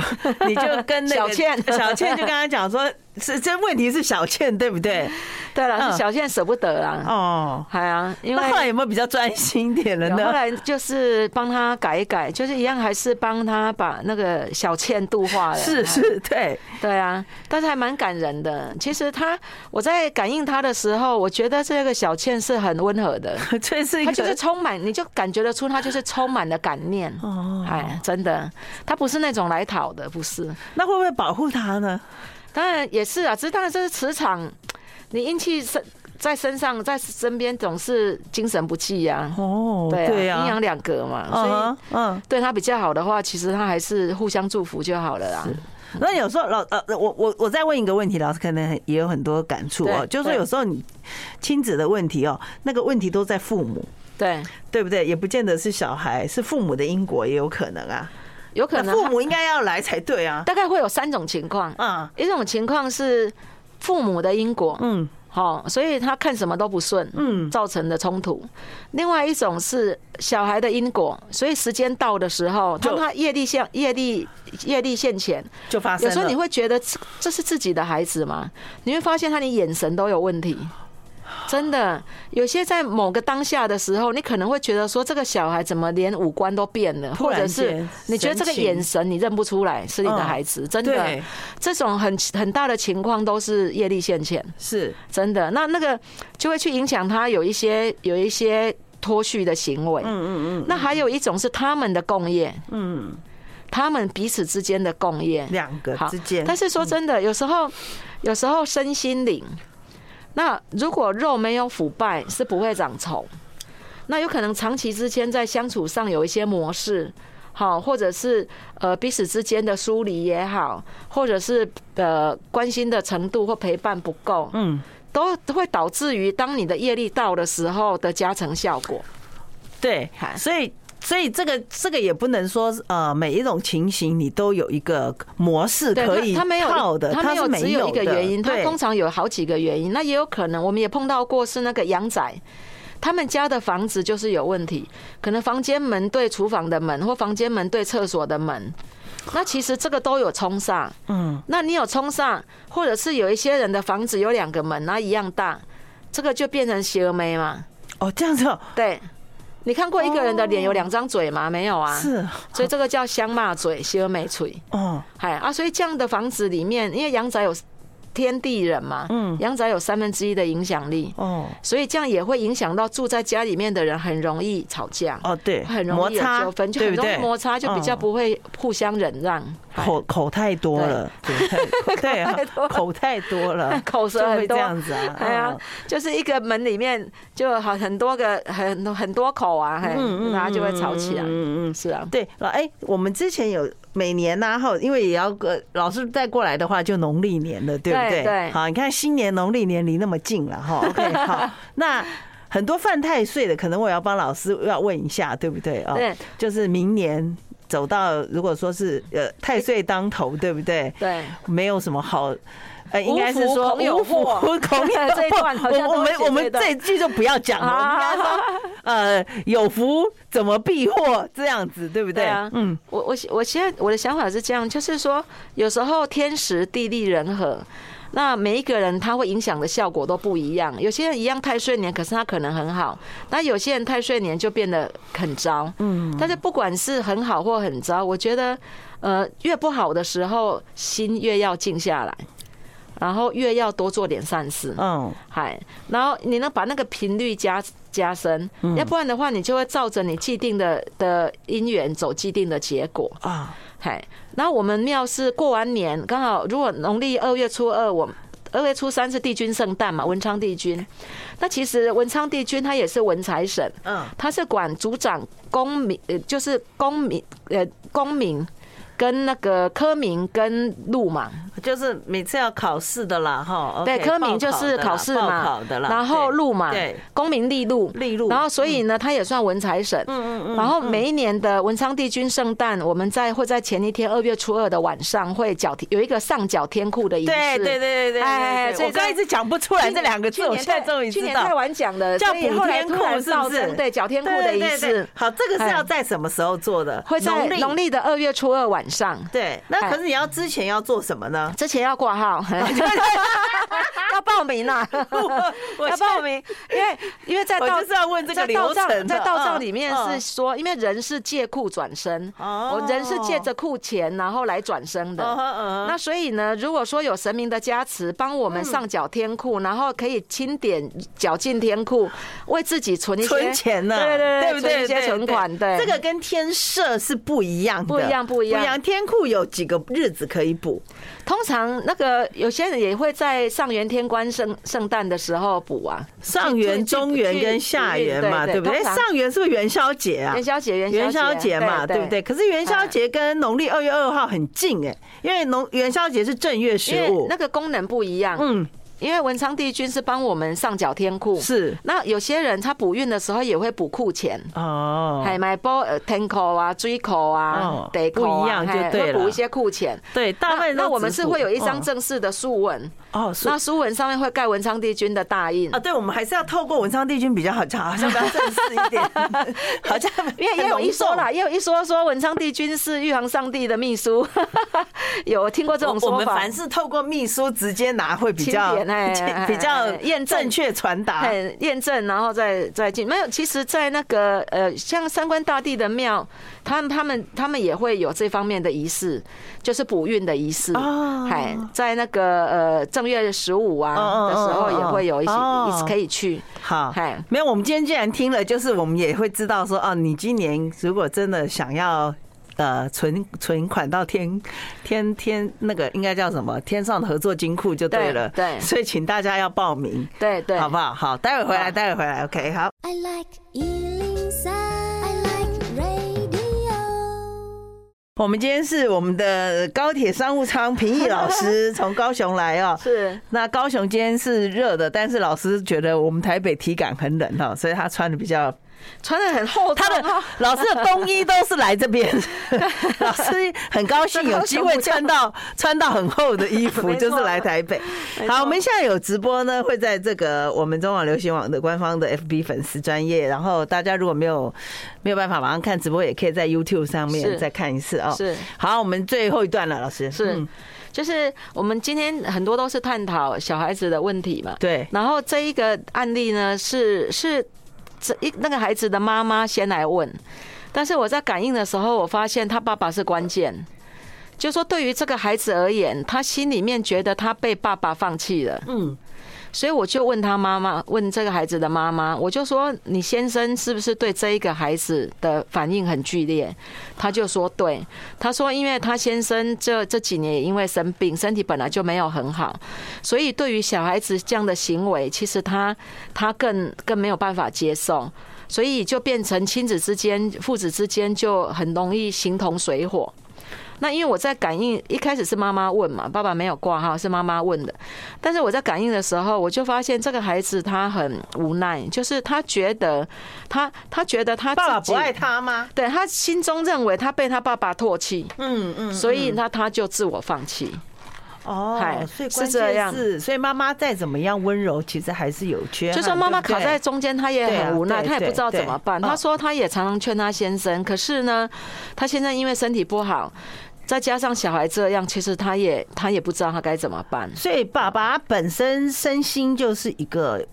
S1: 你就跟那个
S2: 小倩
S1: 小倩就跟他讲说，是这问题是小倩对不 对？
S2: 对了，
S1: 嗯
S2: 是小倩舍不得啦。
S1: 哦，
S2: 哎呀，因为
S1: 那后来有没有比较专心一点了
S2: 有后
S1: 呢？
S2: 来就是帮他改一改，就是一样，还是帮他把那个小倩度化了。哎
S1: 是是，对，
S2: 对啊，但是还蛮感人的。其实他，我在感应他的时候，我觉得这个小倩是很温和的，
S1: 这是一
S2: 她就是
S1: 个
S2: 充满，你就感觉得出她就是充满了感念。
S1: 哦。
S2: 哎，真的，她不是那种来讨的，不是。
S1: 那会不会保护他呢？
S2: 当然也是啊，这当然这是磁场，你阴气身在身上，在身边总是精神不济呀、啊。
S1: 哦，
S2: 对啊，阴
S1: 呀
S2: 阳，两隔嘛，所以
S1: 嗯哼嗯。
S2: 对他比较好的话，其实他还是互相祝福就好了啦。
S1: 那有时候老呃，我我我再问一个问题，老师可能很也有很多感触哦，
S2: 对
S1: 就是说有时候你亲子的问题哦，那个问题都在父母，
S2: 对，
S1: 对不对？也不见得是小孩，是父母的因果也有可能啊。
S2: 有可
S1: 那
S2: 能
S1: 父母应该要来才对啊。
S2: 大概会有三种情况，
S1: 啊，
S2: 一种情况是父母的因果，
S1: 嗯
S2: 好、所以他看什么都不顺，
S1: 嗯
S2: 造成的冲突；另外一种是小孩的因果，所以时间到的时候，
S1: 就
S2: 当他业力现业力业力现前，
S1: 就发生了。
S2: 有时候你会觉得这这是自己的孩子吗？你会发现他连眼神都有问题。真的，有些在某个当下的时候，你可能会觉得说，这个小孩怎么连五官都变了，
S1: 突
S2: 或
S1: 然
S2: 者是
S1: 间
S2: 你觉得这个
S1: 神情
S2: 眼神你认不出来是你的
S1: 嗯
S2: 孩子，真的
S1: 对，，
S2: 这种很很大的情况都是业力现前。
S1: 是
S2: 真的，那那个就会去影响他有一些有一些脱序的行为。嗯嗯嗯。那还有一种是他们的共业，嗯，他们彼此之间的共业。
S3: 两个
S2: 好
S3: 之间，
S2: 但是说真的，有时候有时候身心灵，那如果肉没有腐败，是不会长虫。那有可能长期之间在相处上有一些模式。好，或者是呃彼此之间的疏离也好，或者是呃关心的程度或陪伴不够，
S3: 嗯，
S2: 都都会导致于当你的业力到的时候的加成效果。
S1: 对
S2: 嗨，
S1: 所以。所以这个这个也不能说，呃，每一种情形你都有一个模式
S2: 对，
S1: 可以
S2: 他没有
S1: 套的，
S2: 他
S1: 它
S2: 没
S1: 是
S2: 有
S1: 没
S2: 只有一个
S1: 的
S2: 原因，他
S1: 对
S2: 通常有好几个原因。那也有可能，我们也碰到过是那个羊仔。他们家的房子就是有问题，可能房间门对厨房的门，或房间门对厕所的门。那其实这个都有冲煞，嗯，那你有冲煞，或者是有一些人的房子有两个门，那一样大，这个就变成邪眉嘛。
S1: 哦，这样子哦
S2: 对，你看过一个人的脸有两张嘴吗？没有啊，
S1: 是
S2: 所以这个叫香骂嘴，邪眉嘴。
S1: 哦，
S2: 哎啊，所以这样的房子里面，因为阳宅有天地人嘛，嗯，阳宅有三分之一的影响力，
S1: 哦
S2: 所以这样也会影响到住在家里面的人，很容易吵架，
S1: 哦，对，
S2: 很
S1: 摩
S2: 容易有
S1: 擦
S2: 纠纷，就
S1: 对
S2: 很
S1: 不
S2: 容易
S1: 对？
S2: 摩擦，就比较
S1: 嗯
S2: 不会互相忍让。哎
S1: 口口太多了，对 太对啊
S2: 口太多，了
S1: 口太多了，
S2: 口舌
S1: 就
S2: 很
S1: 会
S2: 多
S1: 这样子啊，
S2: 哎呀
S1: 嗯，
S2: 就是一个门里面就好很多个很多很多口啊，嘿，大家就会吵起来。
S1: 嗯嗯嗯嗯
S2: 是啊，
S1: 对，老哎，我们之前有每年呐，后因为也要个老师带过来的话，就农历年了，对不
S2: 对对
S1: 好，你看新年农历年离那么近了 哈。OK，好，那很多犯太岁的，可能我要帮老师要问一下，对不对啊？
S2: 对，
S1: 就是明年走到如果说是呃太岁当头，对不对？
S2: 对，
S1: 没有什么好。呃，应该是
S2: 无福
S1: 说
S2: 恐有
S1: 无福
S2: 祸
S1: 恐有
S2: 这一段好像
S1: 祸我我们
S2: 都
S1: 我
S2: 会写这一啊
S1: 们
S2: 段
S1: 这一句就不要讲了，我们应该说呃，有福怎么避祸这样子，对不对？
S2: 对啊
S1: 嗯，
S2: 我我我现在我的想法是这样，就是说有时候天时地利人和。那每一个人他会影响的效果都不一样，有些人一样太岁年，可是他可能很好；那有些人太岁年就变得很糟。嗯，但是不管是很好或很糟，我觉得，呃，越不好的时候，心越要静下来，然后越要多做点善事。
S1: 嗯，
S2: 嗨，然后你能把那个频率加加深，要不然的话，你就会照着你既定的的因缘走既定的结果。
S1: 啊，
S2: 嗨，然后我们庙是过完年，刚好如果农历二月初二，我们二月初三是帝君圣诞嘛，文昌帝君。那其实文昌帝君他也是文财神，
S1: 嗯，
S2: 他是管组长公民，呃，就是公民，呃，公民跟那个科民跟路嘛，
S1: 就是每次要考试的啦，哈，
S2: 对，
S1: OK，
S2: 科名
S1: 报
S2: 就是
S1: 的啦
S2: 考试
S1: 报
S2: 嘛
S1: 考的，啦，
S2: 然后
S1: 对
S2: 路嘛
S1: 对，
S2: 公民利禄，
S1: 利禄
S2: 然后所以呢，他也算文财神。
S1: 嗯嗯嗯，
S2: 然后每一年的文昌帝君圣诞，我们在会在前一天二月初二的晚上会脚有一个上脚天库的仪式。
S1: 对对对对对
S2: 哎
S1: 对
S2: 所
S1: 对，
S2: 以
S1: 我刚
S2: 在
S1: 一直讲不出来这两个字，
S2: 去
S1: 我
S2: 年
S1: 现在
S2: 太
S1: 终于知
S2: 去年
S1: 道
S2: 太。晚讲了，
S1: 叫
S2: 所以
S1: 补
S2: 后来
S1: 天
S2: 突
S1: 库
S2: 然
S1: 是
S2: 造
S1: 不是
S2: 成？对脚天库的
S1: 对
S2: 仪
S1: 对对
S2: 式，
S1: 好，这个是
S2: 哎
S1: 要在什么时候做的？
S2: 会在
S1: 农历
S2: 农历的二月初二晚上。
S1: 对，那
S2: 哎
S1: 可是你要之前要做什么呢？
S2: 之前要挂号， 要报名啊啦，
S1: 我
S2: 要报名，因为因为在
S1: 我
S2: 道
S1: 就是要问这个
S2: 在道
S1: 流程
S2: 藏
S1: 的
S2: 在道
S1: 嗯
S2: 藏里面
S1: 嗯
S2: 是说，因为人是借库转身，
S1: 哦
S2: 我人是借着库钱然后来转身
S1: 嗯
S2: 的。
S1: 哼嗯
S2: 那
S1: 哼
S2: 所以呢，如果说有神明的加持，帮我们上缴天
S1: 嗯
S2: 库，然后可以清点缴进天库，为自己存一些
S1: 存钱呢？
S2: 对对
S1: 对
S2: 对，
S1: 不
S2: 存
S1: 对？
S2: 一些
S1: 对
S2: 存
S1: 对
S2: 款，对
S1: 这个跟天赦是不一样的，
S2: 不一样不一样
S1: 天库有几个日子可以补？
S2: 通常那个有些人也会在上元天官圣圣诞的时候补啊，
S1: 上元、中元跟下元嘛，
S2: 对
S1: 对
S2: 对
S1: 不对？
S2: 通常
S1: 上元是不是元宵节啊
S2: 元？宵节
S1: 元宵节嘛，对
S2: 对
S1: 不对？？可是元宵节跟农历二月二号很近哎，因为农元宵节是正月
S2: 因
S1: 十
S2: 为
S1: 五
S2: 那，个功能不一样，
S1: 嗯，
S2: 因为文昌帝君是帮我们上缴天库，
S1: 是
S2: 那有些人他补运的时候也会补库钱。
S1: 哦，
S2: 还买包呃天口啊、追口啊
S1: 哦、
S2: 得口
S1: 不一
S2: 啊，
S1: 样就
S2: 嘿
S1: 对
S2: 会补
S1: 了
S2: 一些库钱。
S1: 对，大部
S2: 那
S1: 分
S2: 那
S1: 都
S2: 我们
S1: 只
S2: 是
S1: 补
S2: 会有一张
S1: 嗯
S2: 正式的书文，
S1: 哦，是
S2: 那书文上面会盖文昌帝君的大印
S1: 啊，，对，我们还是要透过文昌帝君比较好，好像比较正式 一点，好像
S2: 因为也有一说啦，也有一说说文昌帝君是玉皇上帝的秘书，有听过这
S1: 很隆
S2: 种
S1: 重。我们
S2: 说法
S1: 凡？是透过秘书直接拿会比较
S2: 清点，哎，
S1: 比较
S2: 验证哎
S1: 正确传达。
S2: 很验证，然后再再进。没有，其实，在那个呃，像三官大帝的庙，他们他们他们也会有这方面的仪式，就是补运的仪式。
S1: 哦
S2: 哎，在那个呃正月十五啊
S1: 哦哦
S2: 的时候，也会有一些
S1: 哦
S2: 一可以去。
S1: 好
S2: 嗨，
S1: 没有，我们今天既然听了，就是我们也会知道说，哦，你今年如果真的想要。呃，存存款到天天天那个应该叫什么？天上的合作金库就对了。
S2: 对对
S1: 所以请大家要报名，
S2: 对对，
S1: 好不好？好，待会回来，
S2: 好
S1: 待会回来。OK，好。
S4: I like Ealing Sound. I like radio.
S1: 我们今天是我们的高铁商务舱平易老 师从高雄来哦。
S2: 是
S1: 那高雄今天是热的，但是老师觉得我们台北体感很冷哦，所以他穿的比 较
S2: 穿的很厚重
S1: 他
S2: 啊，
S1: 的老师的冬衣都是来这 边，老师很高兴有机会穿 到穿到很厚的衣服，
S2: 没错
S1: 就是来台北。
S2: 没错
S1: 好，我们现在有直播呢，会在这个我们中网流行网的官方的 FB 粉丝专业，然后大家如果没有没有办法马上看直播，也可以在 YouTube 上面
S2: 是
S1: 再看一次哦。
S2: 是
S1: 好，我们最后一段了，老师
S2: 是
S1: 嗯，
S2: 就是我们今天很多都是探讨小孩子的问题嘛。
S1: 对
S2: 然后这一个案例呢，是是这一那个孩子的妈妈先来问，但是我在感应的时候，我发现他爸爸是关键。就说对于这个孩子而言，他心里面觉得他被爸爸放弃了，
S1: 嗯，
S2: 所以我就问他妈妈，问这个孩子的妈妈，我就说你先生是不是对这一个孩子的反应很剧烈？他就说对，他说因为他先生这这几年也因为生病，身体本来就没有很好，所以对于小孩子这样的行为，其实他他更更没有办法接受，所以就变成亲子之间、父子之间就很容易形同水火。那因为我在感应一开始是妈妈问嘛，爸爸没有挂号，是妈妈问的。但是我在感应的时候，我就发现这个孩子他很无奈，就是他觉得他他觉得他
S1: 爸爸
S2: 自己
S1: 不爱他吗？
S2: 对他心中认为他被他爸爸唾弃，
S1: 嗯嗯，
S2: 所以那他就自我放弃。
S1: 哦
S2: 嗨，
S1: 所以
S2: 是
S1: 关
S2: 这
S1: 键
S2: 样
S1: 是，所以妈妈再怎么样温柔，其实还是有缺憾，
S2: 就说妈妈
S1: 对不
S2: 卡
S1: 对
S2: 在中间，她也
S1: 对啊
S2: 很无奈，
S1: 对
S2: 她也不知道
S1: 对
S2: 怎么办。
S1: 对
S2: 她说她也常常劝她先生，可是呢，她先生因为身体不好，再加上小孩这样，其实她也她也不知道她该怎么办。
S1: 所以爸爸本身身心就是一个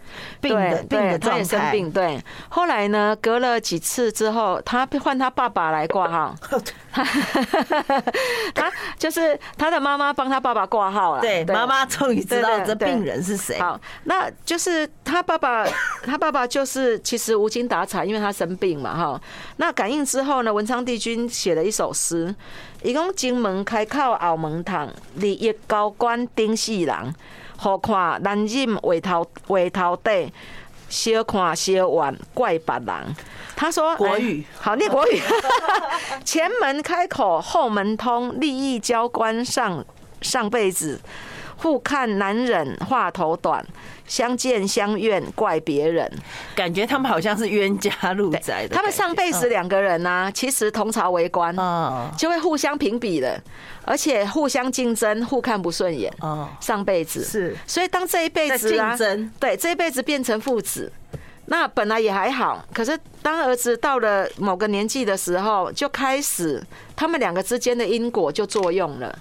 S1: 病
S2: 对
S1: 的病的
S2: 对她
S1: 状
S2: 也生
S1: 态，
S2: 病。对，后来呢，隔了几次之后，她换她爸爸来挂 号，她就是她的妈妈帮她爸爸挂号 了。
S1: 对，妈妈终于知道
S2: 对
S1: 这
S2: 对对
S1: 病人是谁。
S2: 好，那就是他爸爸，他爸爸就是其实无精打采，因为他生病嘛哈。那感应之后呢，文昌帝君写了一首诗，伊讲金门开口后门窗，利益高官顶世人，好看难忍回头回头底。小看小玩怪别人，他说
S1: 国
S2: 哎
S1: 语
S2: 好念国语， 前门开口后门通，利益交关上上辈子，互看难忍话头短，相见相怨怪别人。
S1: 感觉他们好像是冤家路窄的。
S2: 他们上辈子，两个人呢、啊其实同朝为官，
S1: 哦
S2: 就会互相评比了，而且互相竞争，互看不顺眼。
S1: 哦，
S2: 上辈子
S1: 是
S2: 所以当这一辈子啊
S1: 在竞争，
S2: 对这一辈子变成父子，那本来也还好，可是当儿子到了某个年纪的时候，就开始他们两个之间的因果就作用了。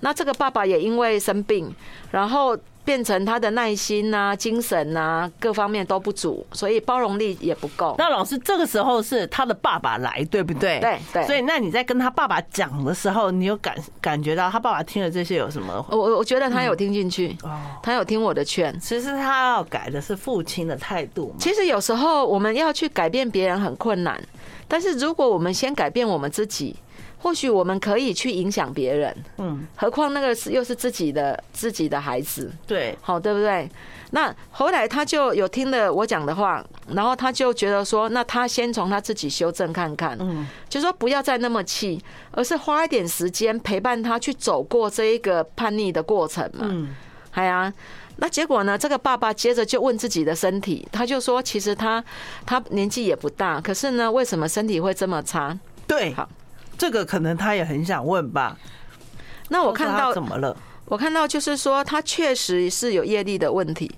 S2: 那这个爸爸也因为生病，然后变成他的耐心啊、精神啊各方面都不足，所以包容力也不够。
S1: 那老师这个时候是他的爸爸来，对不对？
S2: 对对
S1: 所以那你在跟他爸爸讲的时候，你有感感觉到他爸爸听了这些有什么？
S2: 我我我觉得他有听进去，
S1: 嗯哦，
S2: 他有听我的劝，
S1: 其实他要改的是父亲的态度嘛。
S2: 其实有时候我们要去改变别人很困难，但是如果我们先改变我们自己，或许我们可以去影响别人。
S1: 嗯，
S2: 何况那个是又是自己的自己的孩子，
S1: 对，
S2: 好对不对？那后来他就有听了我讲的话，然后他就觉得说，那他先从他自己修正看看，
S1: 嗯，
S2: 就说不要再那么气，而是花一点时间陪伴他去走过这一个叛逆的过程嘛。
S1: 嗯，
S2: 哎呀，那结果呢？这个爸爸接着就问自己的身体，他就说，其实他他年纪也不大，可是呢，为什么身体会这么差？
S1: 对
S2: 好，
S1: 这个可能他也很想问吧。
S2: 那我看
S1: 或者他
S2: 到
S1: 怎么了？
S2: 我看到就是说，他确实是有业力的问题，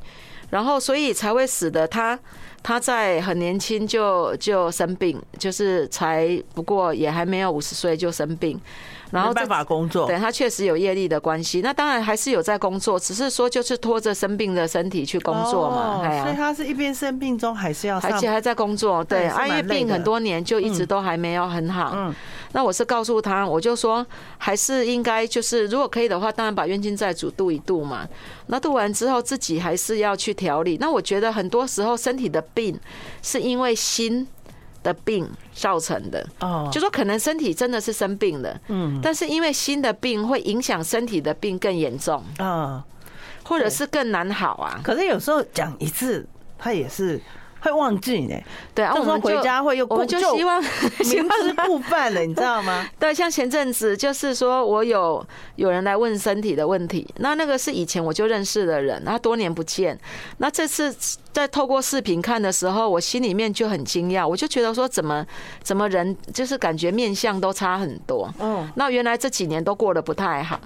S2: 然后所以才会使得他。他在很年轻就就生病，就是才不过也还没有五十岁就生病，然后
S1: 没
S2: 这
S1: 办法工作
S2: 对，他确实有业力的关系。那当然还是有在工作，只是说就是拖着生病的身体去工作
S1: 哦
S2: 嘛，哎呀、
S1: 所以他是一边生病中还是要哦上
S2: 而且还在工作，对，
S1: 对是
S2: 啊，因为
S1: 蛮累
S2: 病
S1: 的
S2: 很多年就一直都还没有很好。
S1: 嗯
S2: 那我是告诉他，我就说还是应该就是，如果可以的话，当然把冤亲债主渡一渡嘛。那渡完之后，自己还是要去调理。那我觉得很多时候身体的病是因为心的病造成的。
S1: 哦，
S2: 嗯就说可能身体真的是生病了，
S1: 嗯
S2: 但是因为心的病会影响身体的病更严重，
S1: 嗯，
S2: 或者是更难好啊。
S1: 可是有时候讲一次，他也是会忘记呢，
S2: 对啊，
S1: 到
S2: 我
S1: 时候
S2: 们就
S1: 回家会又
S2: 我们就
S1: 就
S2: 希望 希
S1: 明
S2: 望
S1: 知故犯了，你知道 吗？
S2: 对，像前阵子就是说我有有人来问身体的问题，那那个是以前我就认识的人，他多年不见，那这次在透过视频看的时候，我心里面就很惊讶，我就觉得说怎么怎么人就是感觉面相都差很多，
S1: 嗯，
S2: 那原来这几年都过得不太好。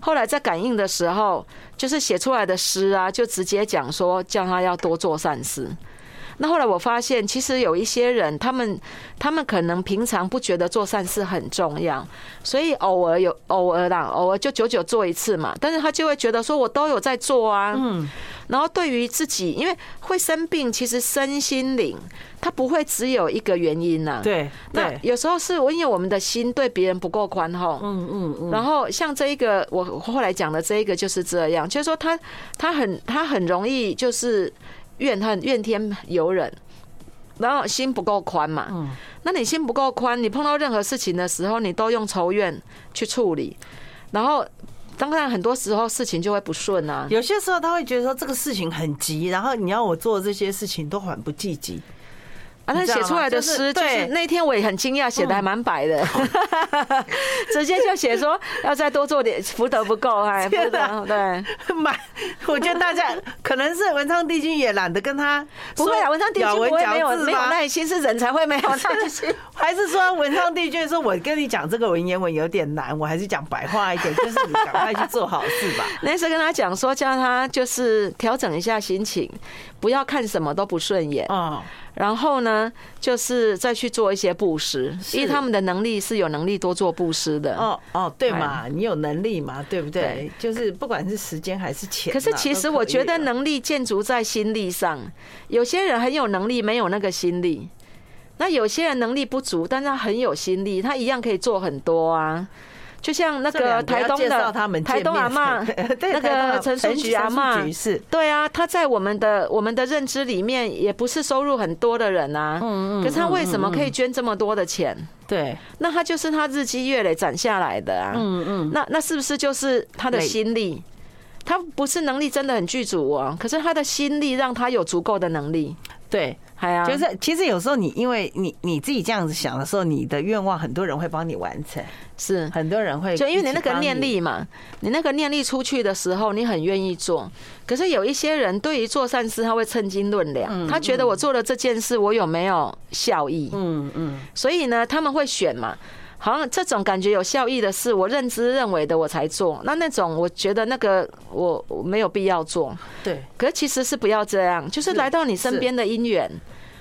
S2: 后来在感应的时候，就是写出来的诗啊，就直接讲说叫他要多做善事。那后来我发现，其实有一些人，他们他们可能平常不觉得做善事很重要，所以偶尔有偶尔啦，偶尔就久久做一次嘛。但是他就会觉得说，我都有在做啊。嗯。然后对于自己，因为会生病，其实身心灵，它不会只有一个原因啊呐、。
S1: 对
S2: 那
S1: 对，
S2: 有时候是我因为我们的心对别人不够宽厚，
S1: 嗯嗯嗯，
S2: 然后像这一个，我后来讲的这一个就是这样，就是说他他很他很容易就是怨恨怨天尤人，然后心不够宽嘛。
S1: 嗯
S2: 那你心不够宽，你碰到任何事情的时候，你都用仇怨去处理，然后当然很多时候事情就会不顺啊。
S1: 有些时候他会觉得说这个事情很急，然后你要我做这些事情都缓不济急，
S2: 啊，他
S1: 你知道
S2: 写
S1: 吗
S2: 出来的
S1: 就是
S2: 诗，就是
S1: 对嗯
S2: 那天我也很惊讶，写的还蛮白的， 直接就写说要再多做点，福德不够， 哎，福
S1: 天哪
S2: 德对。
S1: 蛮，我觉得大家可能是文昌帝君也懒得跟他
S2: 不会啊，
S1: 说
S2: 文章第一
S1: 咬
S2: 句
S1: 文
S2: 不会没有
S1: 嚼字
S2: 没有
S1: 吗
S2: 耐心，是人才会没有耐心。
S1: 还 是说文昌帝君说，我跟你讲这个文言文有点难，我还是讲白话一点，就是你赶快去做好事 吧。
S2: 那次跟他讲说，叫他就是调整一下心情，不要看什么都不顺眼，
S1: 哦，
S2: 然后呢，就是再去做一些布施，因为他们的能力是有能力多做布施的。
S1: 哦哦，对嘛，
S2: 哎
S1: 你有能力嘛，对不对？就是不管是时间还是钱啊，
S2: 可是其实
S1: 都以
S2: 我觉得
S1: 啊，
S2: 能力建筑在心力上，有些人很有能力，没有那个心力。那有些人能力不足，但是他很有心力，他一样可以做很多啊。就像那
S1: 这
S2: 个
S1: 两
S2: 台
S1: 要
S2: 东
S1: 介绍
S2: 的
S1: 他们
S2: 台东阿
S1: 妈
S2: 嬷， 那个陈淑菊阿嬷
S1: 是
S2: 对啊，他在我们的我们的认知里面，也不是收入很多的人啊。
S1: 嗯嗯
S2: 可是他为什么可以捐这么多的钱？
S1: 对，
S2: 那他就是他日积月累攒下来的啊。
S1: 嗯嗯，
S2: 那那是不是就是他的
S1: 累
S2: 心力？他不是能力真的很具足哦，可是他的心力让他有足够的能力。
S1: 对，
S2: 哎呀，
S1: 就是其实有时候你因为你你自己这样子想的时候，你的愿望很多人会帮你完成，
S2: 是，
S1: 很多人会
S2: 就因为你那
S1: 一起
S2: 个
S1: 帮
S2: 念力嘛，你那个念力出去的时候，你很愿意做。可是有一些人对于做善事，他会称斤论两，他觉得我做了这件事，我有没有效益？
S1: 嗯嗯，
S2: 所以呢，他们会选嘛。好像这种感觉有效益的事，我认知认为的我才做。那那种我觉得那个我我没有必要做，
S1: 对，
S2: 可是其实是不要这样，就是来到你身边的因缘，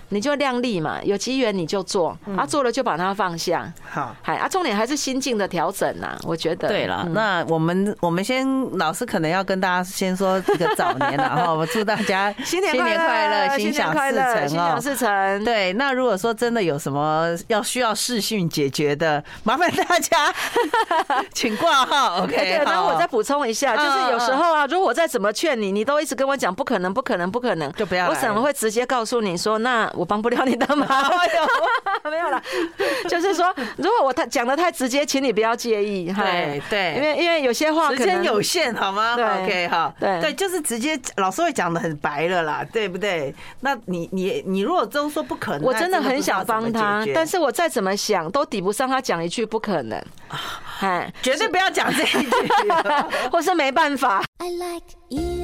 S2: 你就量力嘛，有机缘你就做，
S1: 嗯
S2: 啊做了就把它放下，
S1: 好。
S2: 还啊重点还是心境的调整呐、我觉得。
S1: 对了，
S2: 嗯
S1: 那我们我们先老师可能要跟大家先说这个早年了哈，我 祝大家
S2: 新年快
S1: 快乐，
S2: 新
S1: 心
S2: 年
S1: 想
S2: 快乐，
S1: 事
S2: 心
S1: 成
S2: 想
S1: 哦。
S2: 事成。
S1: 对，那如果说真的有什么要需要视讯解决的，麻烦大家 请挂号
S2: 哎
S1: ，OK
S2: 对，
S1: 好。嗯
S2: 然后我再补充一下，就是有时候啊，如果我再怎么劝你，你都一直跟我讲不可能，不可能，不可能，
S1: 就不要来
S2: 我怎么会直接告诉你说，那我帮不了你的忙？ 没有啦，就是说，如果我太讲的太直接，请你不要介意。嗨
S1: 对对
S2: 因为因为有些话
S1: 时
S2: 可
S1: 间
S2: 能
S1: 有限，好吗
S2: 对
S1: ？OK，好，
S2: 对
S1: 对，就是直接老师会讲的很白了啦，对不对？那你你你如果都说不可能，
S2: 我
S1: 那
S2: 真的
S1: 不知
S2: 很
S1: 道
S2: 想
S1: 怎么
S2: 帮他
S1: 解决，
S2: 但是我再怎么想都抵不上他讲一句不可能，
S1: 啊
S2: 哎，
S1: 绝对不要讲这一句。
S2: 或是没办法。
S4: I like Ealing